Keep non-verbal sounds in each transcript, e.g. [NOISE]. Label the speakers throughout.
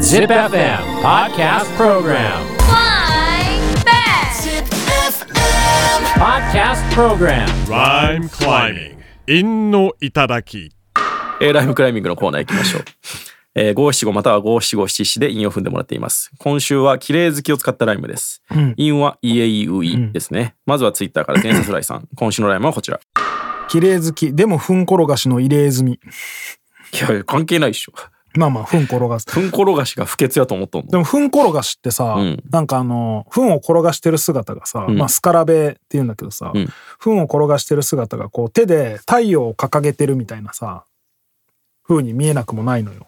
Speaker 1: Zip FM Podcast Program.
Speaker 2: Flying back.
Speaker 1: Podcast Program.
Speaker 3: Rhyme climbing. 陰の頂き。
Speaker 4: えーライムクライミングのコーナー行きましょう。えー、五七五または五七五七七で韻を踏んでもらっています。今週は綺麗好きを使ったライムです。韻、はいえいういですね。まずはツイッターから天スライさん。 [LAUGHS] 今週のライムはこちら。
Speaker 5: 綺麗好き。でも、ふん転がしの異例済み。
Speaker 4: いやいや、関係ないでしょ。
Speaker 5: まあまあ、ふん転がす。
Speaker 4: ふん転がしが不潔やと思っとん
Speaker 5: で
Speaker 4: の。
Speaker 5: も、ふん転がしってさ、
Speaker 4: うん
Speaker 5: なんかあの、ふんを転がしてる姿がさ、まあ、スカラベって言うんだけどさ、
Speaker 4: うん
Speaker 5: ふんを転がしてる姿が、こう、手で太陽を掲げてるみたいなさ、風に見えなくもないのよ。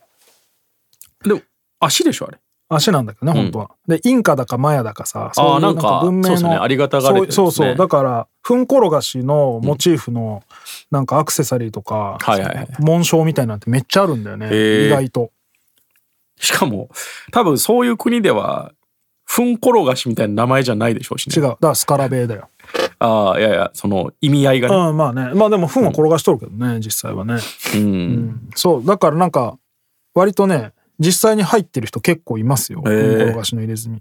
Speaker 4: でも、足でしょ、あれ。
Speaker 5: 足なんだけどね、本当は。で、インカだかマヤだかさ、そうい
Speaker 4: な
Speaker 5: うなんん
Speaker 4: か
Speaker 5: か文明
Speaker 4: そうで
Speaker 5: の。
Speaker 4: すねありがたがれてるんです
Speaker 5: そ
Speaker 4: ね
Speaker 5: うそうそう。だから、ふん転がしのモチーフの、なんかアクセサリーとか、
Speaker 4: はいはいはい
Speaker 5: 紋章みたいなんてめっちゃあるんだよね。
Speaker 4: へー
Speaker 5: 意外と。
Speaker 4: しかも、多分そういう国では、ふん転がしみたいな名前じゃないでしょうしね。
Speaker 5: 違う。だからスカラベだよ。
Speaker 4: ああ、いやいや、その意味合いがね。
Speaker 5: うん、まあね。まあでも、糞は転がしとるけどね、実際はね。
Speaker 4: うん。
Speaker 5: そう。だからなんか、割とね、実際に入ってる人結構いますよ。
Speaker 4: へー
Speaker 5: 糞転がしの入れ墨。
Speaker 4: ま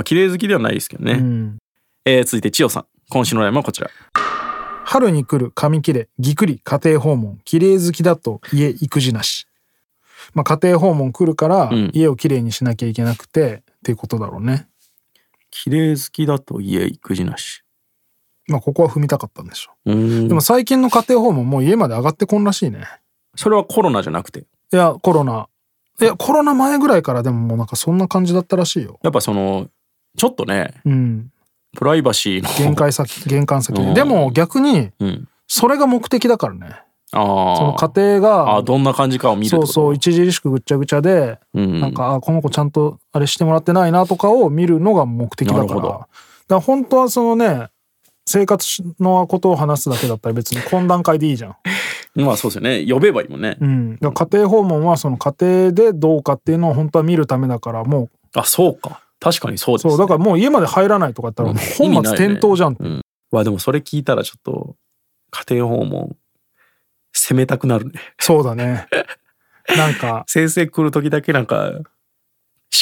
Speaker 4: あ、綺麗好きではないですけどね。
Speaker 5: うん。
Speaker 4: えー続いて、千代さん。今週のライムはこちら。
Speaker 5: 春に来る髪切れ、ぎくり、家庭訪問、綺麗好きだと家育児なし。まあ、家庭訪問来るから
Speaker 4: ん、
Speaker 5: 家をきれいにしなきゃいけなくて、っていうことだろうね。
Speaker 4: 綺麗好きだと家育児なし。
Speaker 5: まあ、ここは踏みたかったんでしょ
Speaker 4: うー
Speaker 5: う。
Speaker 4: ん
Speaker 5: でも最近の家庭訪問もう家まで上がってこんらしいね。
Speaker 4: それはコロナじゃなくて、
Speaker 5: いや、コロナ。いや、コロナ前ぐらいからでももうなんかそんな感じだったらしいよ。
Speaker 4: やっぱその、ちょっとね、
Speaker 5: うん。
Speaker 4: プライバシーの。
Speaker 5: 限界先、玄関先
Speaker 4: うん
Speaker 5: で。でも逆に、
Speaker 4: うん。
Speaker 5: それが目的だからね。
Speaker 4: ああ。
Speaker 5: その家庭が、
Speaker 4: あーどんな感じかを見るって
Speaker 5: そ
Speaker 4: こ
Speaker 5: う
Speaker 4: と
Speaker 5: そう、著しくぐっちゃぐちゃで、
Speaker 4: うん
Speaker 5: なんか、あこの子ちゃんとあれしてもらってないなとかを見るのが目的だから。
Speaker 4: なるほど
Speaker 5: だから本当はそのね、生活のことを話すだけだったら別に懇談会でいいじゃん。
Speaker 4: まあそうですよね。呼べばいいもんね。
Speaker 5: うん。だから家庭訪問はその家庭でどうかっていうのを本当は見るためだから、もう
Speaker 4: あ、そうか。確かにそうです、ね。
Speaker 5: そう、だからもう家まで入らないとか言ったら、
Speaker 4: 意味
Speaker 5: 本
Speaker 4: な
Speaker 5: 末
Speaker 4: いね
Speaker 5: 転倒じゃんって。
Speaker 4: わ、でもそれ聞いたらちょっと、家庭訪問、攻めたくなるね。
Speaker 5: そうだね。なんか、
Speaker 4: [LAUGHS] 先生来る時だけなんか、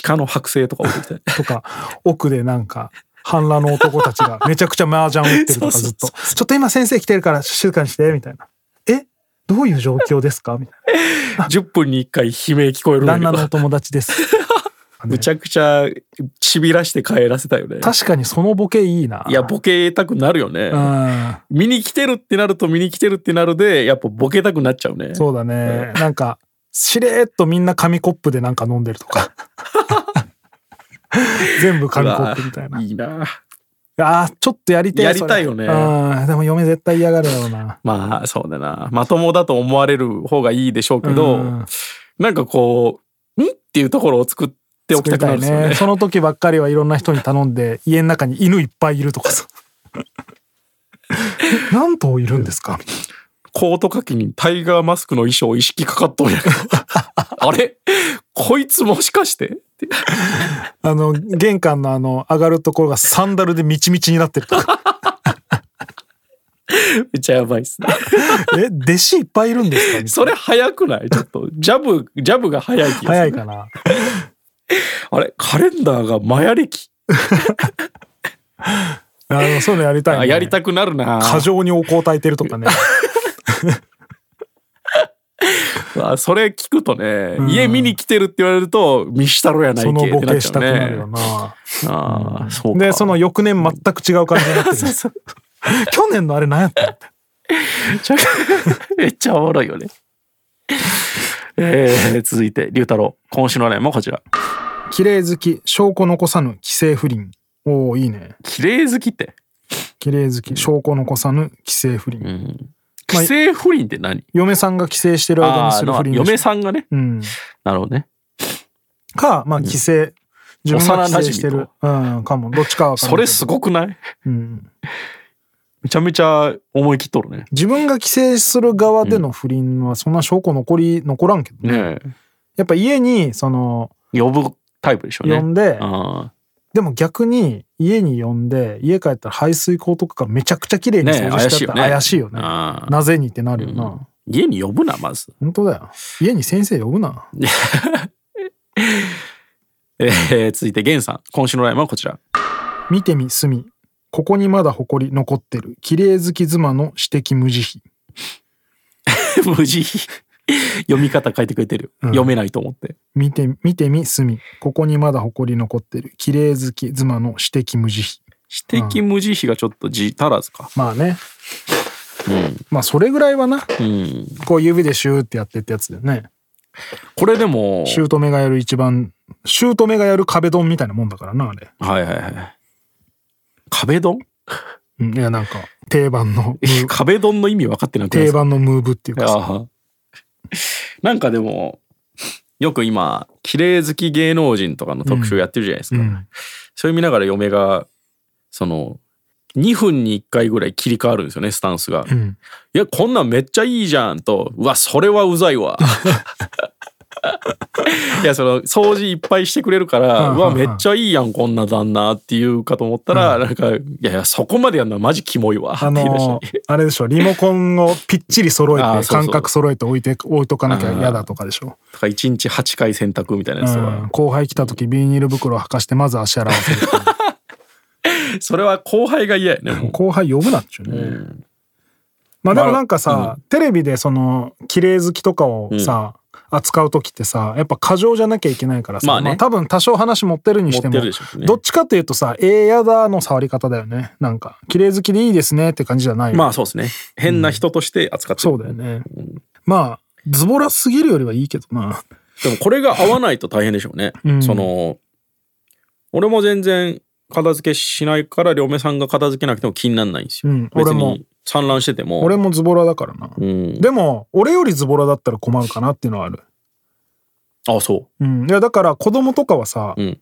Speaker 4: 鹿の剥製とか置いてき [LAUGHS] て。
Speaker 5: とか、奥でなんか、半裸の男たち
Speaker 4: [LAUGHS]
Speaker 5: がめちゃくちゃ麻雀打ってるとか
Speaker 4: そうそう
Speaker 5: ずっと、ちょっと今先生来てるから静かにして、みたいな。えどういう状況ですかみたい
Speaker 4: 10分に1回悲鳴聞こえるん [LAUGHS] だ
Speaker 5: な。
Speaker 4: け
Speaker 5: 旦那
Speaker 4: ど
Speaker 5: のお友達です。
Speaker 4: [LAUGHS] むちゃくちゃ、ちびらして帰らせたよね。
Speaker 5: 確かにそのボケいいな。
Speaker 4: いや、ボケたくなるよね。
Speaker 5: うん。
Speaker 4: 見に来てるってなると見に来てるってなるで、やっぱボケたくなっちゃうね。
Speaker 5: そうだね。なんか、しれーっとみんな紙コップでなんか飲んでると
Speaker 4: [LAUGHS]
Speaker 5: か。全部紙コップみたいな。
Speaker 4: いいな。
Speaker 5: ああ、ちょっとやりたい。
Speaker 4: やりたい
Speaker 5: それ
Speaker 4: よね
Speaker 5: うん。でも嫁絶対嫌がるだろうな。
Speaker 4: まあ、そうだな。まともだと思われる方がいいでしょうけど、
Speaker 5: うん
Speaker 4: なんかこう、んっていうところを作っておきたくなるんですよね。
Speaker 5: その時ばっかりはいろんな人に頼ん [LAUGHS] で、家の中に犬いっぱいいるとかさ。え [LAUGHS] 何頭いるんですかみたいな
Speaker 4: コートかきにタイガーマスクの衣装意識かかっとるやけどあれこいつもしかしてって
Speaker 5: [LAUGHS] あの、玄関のあの、上がるところがサンダルでみちみちになってると [LAUGHS] か。
Speaker 4: めっちゃやばいっすね。
Speaker 5: え、弟子いっぱいいるん [LAUGHS] ですかみたいな
Speaker 4: それ早くないちょっと、ジャブ、ジャブが早い気がする。
Speaker 5: 早いかな。
Speaker 4: あれカレンダーがマヤ歴。
Speaker 5: あのそういうのやりたい、
Speaker 4: あ
Speaker 5: ね。
Speaker 4: やりたくなるな。
Speaker 5: 過剰にお香焚いてると [LAUGHS] かね。
Speaker 4: あそれ聞くとね、
Speaker 5: うん
Speaker 4: 家見に来てるって言われると、見したろやないけ
Speaker 5: その
Speaker 4: って
Speaker 5: ボ
Speaker 4: なっ
Speaker 5: ケ
Speaker 4: ちゃ
Speaker 5: し
Speaker 4: う
Speaker 5: たくなる
Speaker 4: ね
Speaker 5: よ。な。
Speaker 4: ああ、そうか。
Speaker 5: で、その翌年全く違う感じに [LAUGHS] なってる。去年のあれ何やったの
Speaker 4: めっちゃ、 [LAUGHS] めっちゃおもろいよね。えー、続いて、龍太郎。今週のラインもこちら。
Speaker 5: 綺麗好き、証拠残さぬ、規制不倫。おおいいね。
Speaker 4: 綺麗好きって。
Speaker 5: 綺麗好き、証拠残さぬ、規制不倫。
Speaker 4: うん。
Speaker 5: まあ
Speaker 4: 規制不倫って何、
Speaker 5: 嫁さんが帰省してる間に
Speaker 4: あ
Speaker 5: す
Speaker 4: ー
Speaker 5: る
Speaker 4: まあ
Speaker 5: 不倫でしょ
Speaker 4: 嫁さんがね。
Speaker 5: うん。
Speaker 4: なるほどね。
Speaker 5: か、まあ、帰省。自分が帰省して
Speaker 4: 幼馴染
Speaker 5: る。うん、かも。どっちかは
Speaker 4: それすごくない
Speaker 5: うん。
Speaker 4: めちゃめちゃ思い切っとるね。
Speaker 5: 自分が帰省する側での不倫は、そんな証拠残り、残らんけどね。
Speaker 4: ね
Speaker 5: やっぱ家に、その、
Speaker 4: え。呼ぶタイプでしょうね。
Speaker 5: 呼んで、
Speaker 4: あ
Speaker 5: でも逆に、家に呼んで、家帰ったら排水口とかがめちゃくちゃ綺麗に
Speaker 4: ねえ
Speaker 5: 掃除してあったら
Speaker 4: 怪
Speaker 5: 怪
Speaker 4: し
Speaker 5: し
Speaker 4: い
Speaker 5: い
Speaker 4: よ
Speaker 5: よ
Speaker 4: ね
Speaker 5: ね。
Speaker 4: あー
Speaker 5: なぜにってなるよな。
Speaker 4: 家に呼ぶな、まず。
Speaker 5: 本当だよ。家に先生呼ぶな。
Speaker 4: えー、続いて、ゲンさん。今週のライムはこちら。 [LAUGHS]
Speaker 5: 見てみ、すみ。ここにまだ誇り残ってる。綺麗好き妻の私的無慈悲。
Speaker 4: 無事、読み方書いてくれてる。読めないと思って。
Speaker 5: 見て、見てみ、すみ。ここにまだ誇り残ってる。綺麗好き妻の私的無慈悲。
Speaker 4: 私的無慈悲がちょっと字足らずか。
Speaker 5: まあね。まあ、それぐらいはな。
Speaker 4: うん。
Speaker 5: こう指でシューってやってってやつだよね。
Speaker 4: これでも、
Speaker 5: シュート目がやる一番、シュート目がやる壁ドンみたいなもんだからな、あれ。
Speaker 4: はいはいはい。壁ドン
Speaker 5: うん、いや、なんか、定番のムー、
Speaker 4: 壁ドンの意味分かってなくないです
Speaker 5: 定
Speaker 4: か
Speaker 5: 番のムーブっていうかさ。
Speaker 4: ああなんかでも、よく今、綺麗好き芸能人とかの特集やってるじゃないです
Speaker 5: う
Speaker 4: か。
Speaker 5: ん。
Speaker 4: それ見ながら嫁が、その、2分に1回ぐらい切り替わるんですよね、スタンスが。
Speaker 5: うん。
Speaker 4: いや、こんなんめっちゃいいじゃんと、うわ、それはうざい
Speaker 5: [LAUGHS]
Speaker 4: わ。いや、その、掃除いっぱいしてくれるから、
Speaker 5: うん
Speaker 4: うわ、めっちゃいいやん、こんな旦那っていうかと思ったら、なんか、いやいや、そこまでやるのはマジキモいわ。って
Speaker 5: あ
Speaker 4: 言い出し [LAUGHS]
Speaker 5: の
Speaker 4: て
Speaker 5: ーあれでしょ、リモコンをぴっちり揃え
Speaker 4: あー
Speaker 5: て、
Speaker 4: そうそう
Speaker 5: 感覚揃えて置いて、置いとかなきゃ嫌だとかでしょ。
Speaker 4: とか、1日8回洗濯みたいなやつと
Speaker 5: うん
Speaker 4: か。
Speaker 5: 後輩来た時ビニール袋を履かしてまず足洗わ
Speaker 4: [LAUGHS]
Speaker 5: せる
Speaker 4: それは後輩が嫌やね、もう。
Speaker 5: 後輩呼ぶなっちゅうね、まあでもなんかさ、テレビでその綺麗好きとかをさ、扱う時ってさやっぱ過剰じゃなきゃいけないからさ、
Speaker 4: まあね
Speaker 5: 多分多少話持ってるにしても
Speaker 4: 持ってるでしょうね
Speaker 5: どっちかっていうとさ「ええやだ」の触り方だよねなんか綺麗好きでいいですねって感じじゃない、
Speaker 4: まあ、そうですね。変な人として扱ってる
Speaker 5: そうだよね、まあズボラすぎるよりはいいけどな
Speaker 4: でもこれが合わないと大変でしょうね。
Speaker 5: ん
Speaker 4: その俺も全然片付けしないから両目さんが片付けなくても気にならないんですよ。
Speaker 5: うん
Speaker 4: 別
Speaker 5: 俺も
Speaker 4: に散乱してても。
Speaker 5: 俺もズボラだからな、
Speaker 4: うん、
Speaker 5: でも俺よりズボラだったら困るかなっていうのはある
Speaker 4: あそ
Speaker 5: うん、いやだから子供とかはさ、
Speaker 4: うん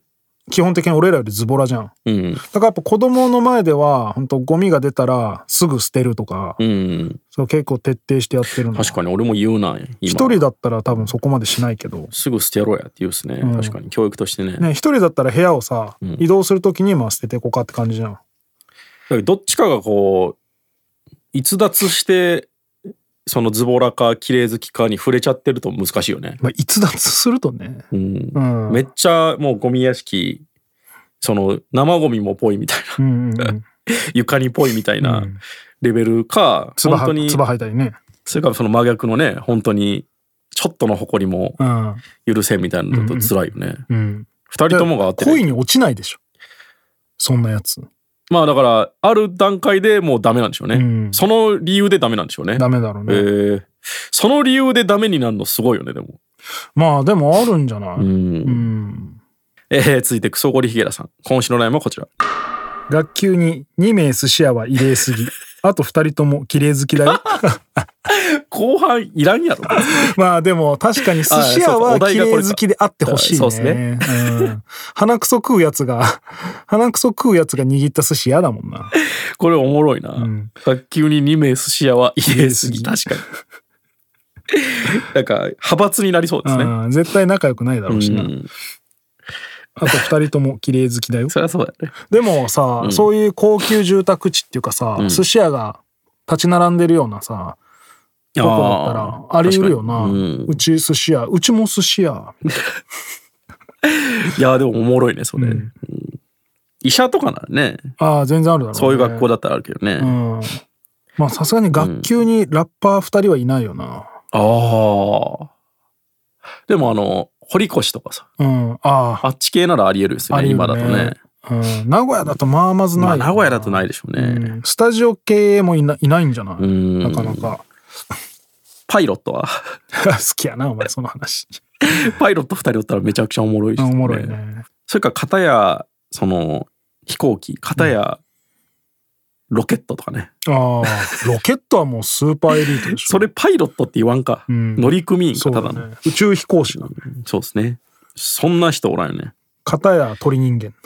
Speaker 5: 基本的に俺らよりズボラじゃんだ
Speaker 4: う。うん
Speaker 5: からやっぱ子供の前では本当ゴミが出たらすぐ捨てるとか、
Speaker 4: うん、
Speaker 5: そう結構徹底してやってるの
Speaker 4: 確かに俺も言うな
Speaker 5: 一
Speaker 4: 一
Speaker 5: 人だったら多分そこまでしないけど
Speaker 4: すぐ捨てろやって言うっすね、
Speaker 5: ん
Speaker 4: 確かに教育としてね
Speaker 5: ね一人だったら部屋をさ、
Speaker 4: ん
Speaker 5: 移動する時にまあ捨てていこうかって感じじゃん
Speaker 4: だからどっちかがこう逸脱してそのズボラか綺麗好きかに触れちゃってると難しいよね、
Speaker 5: まあ逸脱するとね
Speaker 4: うん
Speaker 5: うん
Speaker 4: めっちゃもうゴミ屋敷その生ゴミもぽいみたいな [LAUGHS]
Speaker 5: うんうんうん
Speaker 4: 床にぽいみたいな
Speaker 5: うん
Speaker 4: レベルか、
Speaker 5: 唾
Speaker 4: 本当
Speaker 5: 吐
Speaker 4: に
Speaker 5: い唾吐いたりね
Speaker 4: それからその真逆のね本当にちょっとの誇りも
Speaker 5: うん
Speaker 4: 許せんみたいなのだと辛いよね、
Speaker 5: うん
Speaker 4: 二2人ともが合ってない
Speaker 5: 恋に落ちないでしょそんなやつ
Speaker 4: まあだからある段階でもうダメなんでしょうね、
Speaker 5: うん
Speaker 4: その理由でダメなんでしょうね
Speaker 5: ダメだろう
Speaker 4: え
Speaker 5: ね、
Speaker 4: ーその理由でダメになるのすごいよねでも、
Speaker 5: まあでもあるんじゃない、うん
Speaker 4: えー続いてクソゴリヒゲラさん今週の悩みはこちら
Speaker 5: 学級に2名寿司屋は入れ
Speaker 4: [LAUGHS]
Speaker 5: すぎ。あと2人とも綺麗好きだよ。
Speaker 4: 後半いらんやろ
Speaker 5: まあでも確かに寿司屋は綺麗好きであってほしいね。
Speaker 4: あそうそうお題
Speaker 5: うん鼻くそ食うやつが、 [LAUGHS] 鼻くそ食うやつが握った寿司嫌だもんな。
Speaker 4: [LAUGHS] これおもろいな、
Speaker 5: ん
Speaker 4: 卓球に2名寿司屋は入れすぎ確かに [LAUGHS] なんか派閥になりそうですね、
Speaker 5: うん絶対仲良くないだろうしな。
Speaker 4: うん
Speaker 5: あと2人とも綺麗好きだよ。
Speaker 4: そりゃそうだね
Speaker 5: でもさ、そういう高級住宅地っていうかさ、寿司屋が立ち並んでるようなさ、とこだったらあり得るよな。
Speaker 4: 確かに
Speaker 5: うち寿司屋、うちも寿司屋。
Speaker 4: いやでもおもろいねそれ、うん医者とかならね
Speaker 5: ああ、全然あるだろうね、
Speaker 4: そういう学校だったらあるけどね、あ
Speaker 5: うんまあさすがに学級にラッパー2人はいないよな。
Speaker 4: あでもあの堀越とかさ
Speaker 5: うん、ああ、
Speaker 4: あっち系ならあり得るですよ
Speaker 5: あ
Speaker 4: ね
Speaker 5: り得
Speaker 4: 今
Speaker 5: る
Speaker 4: だとね、
Speaker 5: うん、名古屋だとまあまずな
Speaker 4: ま
Speaker 5: いよ
Speaker 4: あ、
Speaker 5: な、
Speaker 4: 名古屋だとないでしょうね、
Speaker 5: うんスタジオ経営もいないないんじゃない、
Speaker 4: ん
Speaker 5: なかなか。 [LAUGHS]
Speaker 4: パイロットは [LAUGHS]
Speaker 5: 好きやな、お前その話。
Speaker 4: パイロット2人おったらめちゃくちゃおもろいし、
Speaker 5: おもろいね。
Speaker 4: それから片やその飛行機片や、ロケットとかね
Speaker 5: ああ、ロケットはもうスーパーエリートでしょ。
Speaker 4: それパイロットって言わんか、
Speaker 5: ん
Speaker 4: 乗組員
Speaker 5: そ
Speaker 4: か
Speaker 5: う
Speaker 4: た
Speaker 5: だ
Speaker 4: だの
Speaker 5: ね。宇宙飛行士なの。
Speaker 4: そうですねそんな人おらんよね
Speaker 5: 片や鳥人間。
Speaker 4: [LAUGHS]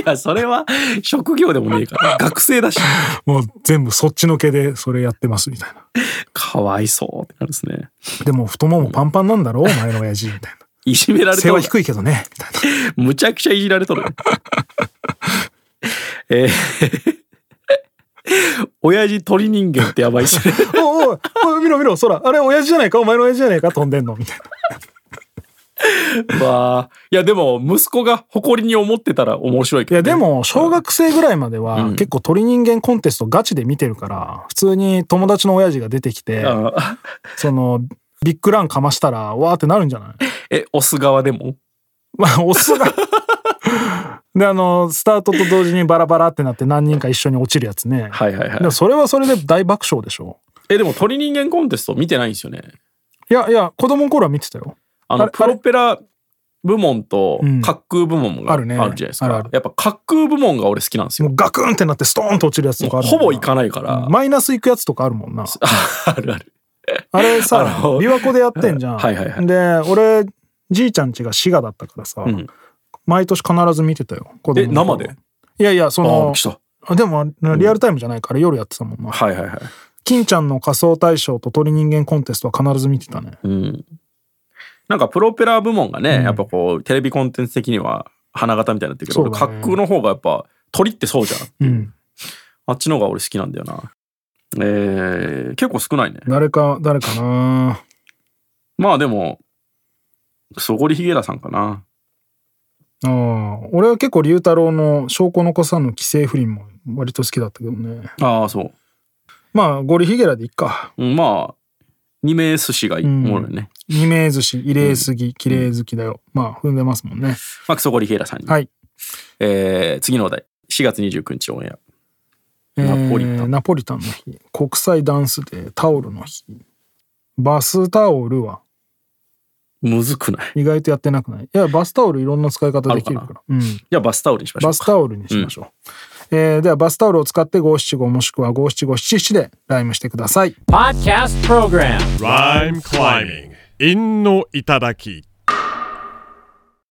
Speaker 4: いやそれは職業でもねえから [LAUGHS] 学生だし
Speaker 5: もう全部そっちのけでそれやってますみたいな。
Speaker 4: かわいそうってなるんですね
Speaker 5: でも太ももパンパンなんだろう、お前の親父みたい
Speaker 4: いじめら
Speaker 5: な。
Speaker 4: れ
Speaker 5: 背
Speaker 4: と
Speaker 5: は
Speaker 4: る
Speaker 5: 低いけどね、みたいな。
Speaker 4: む [LAUGHS] ちゃくちゃいじられとるえー [LAUGHS] 親父鳥人間ってやばいっす [LAUGHS] ね。
Speaker 5: おいおいおい見ろ見ろ空あれ親父じゃないかお前の親父じゃないか飛んでんのみたいな
Speaker 4: わあ。いや、でも、息子が誇りに思ってたら面白いけ
Speaker 5: い
Speaker 4: ど、
Speaker 5: やで、も小学生ぐらいまでは
Speaker 4: うん
Speaker 5: 結構鳥人間コンテストガチで見てるから普通に友達の親父が出てきて
Speaker 4: あ
Speaker 5: そのビッグランかましたらわーってなるんじゃない
Speaker 4: [LAUGHS] え、オス側でも
Speaker 5: まあ、オス
Speaker 4: [LAUGHS]
Speaker 5: が。で、あの、スタートと同時にバラバラってなって何人か一緒に落ちるやつね。
Speaker 4: はいはいはい
Speaker 5: でも。それはそれで大爆笑でしょ。
Speaker 4: え、でも鳥人間コンテスト見てないんですよね。
Speaker 5: いやいや、子供の頃は見てたよ。
Speaker 4: あ
Speaker 5: あ
Speaker 4: の、
Speaker 5: れ
Speaker 4: プロペラ部門と
Speaker 5: うん
Speaker 4: 滑空部門があ
Speaker 5: あ
Speaker 4: る
Speaker 5: る
Speaker 4: じ
Speaker 5: ね
Speaker 4: ゃないですか。
Speaker 5: あるある
Speaker 4: やっぱ滑空部門が俺好きなんです
Speaker 5: も
Speaker 4: よ。
Speaker 5: うガクンってなってストーンと落ちるやつとかあるもん
Speaker 4: ほぼ行かないから。
Speaker 5: マイナスいくやつとかあるもんな。
Speaker 4: [LAUGHS] あるある。
Speaker 5: あれさ、
Speaker 4: あの
Speaker 5: 琵琶湖でやってんじゃん。
Speaker 4: はいはいはい
Speaker 5: で、俺、じいちゃん家が滋賀だったからさ、
Speaker 4: うん
Speaker 5: 毎年必ず見てたよ。子供の頃
Speaker 4: え、生で
Speaker 5: いやいや、そ
Speaker 4: あ
Speaker 5: の
Speaker 4: あ、来、た。
Speaker 5: あでもリアルタイムじゃないから夜やってたもんな。
Speaker 4: はいはいはい。
Speaker 5: 金ちゃんの仮装大賞と鳥人間コンテストは必ず見てたね。
Speaker 4: うん。なんかプロペラ部門がね、やっぱこう、テレビコンテンツ的には花形みたいになってるけど、
Speaker 5: そうだね
Speaker 4: 滑空の方がやっぱ鳥ってそうじゃん。
Speaker 5: うん。
Speaker 4: あっちの方が俺好きなんだよな。えー、結構少ないね。
Speaker 5: 誰か、誰かな
Speaker 4: まあでも、そこりひげらさんかな。
Speaker 5: ああ俺は結構龍太郎の証拠残さぬ規制不倫も割と好きだったけどね。
Speaker 4: ああ、そう。
Speaker 5: まあ、ゴリヒゲラでいっか。
Speaker 4: うんまあ、二名寿司がいい
Speaker 5: うん
Speaker 4: ものよね。
Speaker 5: 二名寿司、入れすぎ、綺麗好きだよ。まあ、踏んでますもんね。
Speaker 4: まあ、そこりひげらさんに。
Speaker 5: はい。
Speaker 4: えー次のお題。4月29日オンエア。ナポリタン
Speaker 5: えーナポリタンの日。国際ダンスデー、タオルの日。バスタオルは
Speaker 4: むずくない。い
Speaker 5: 意外とやってなくないいや、バスタオルいろんな使い方できるから。うん。
Speaker 4: や、バスタオルにしましょう
Speaker 5: バ。スタオルにしましょう。えーでは、バスタオルを使って五七五もしくは五七五七七でライムしてください。
Speaker 1: Podcast Program.
Speaker 3: Rhyme climbing. 韻の頂き。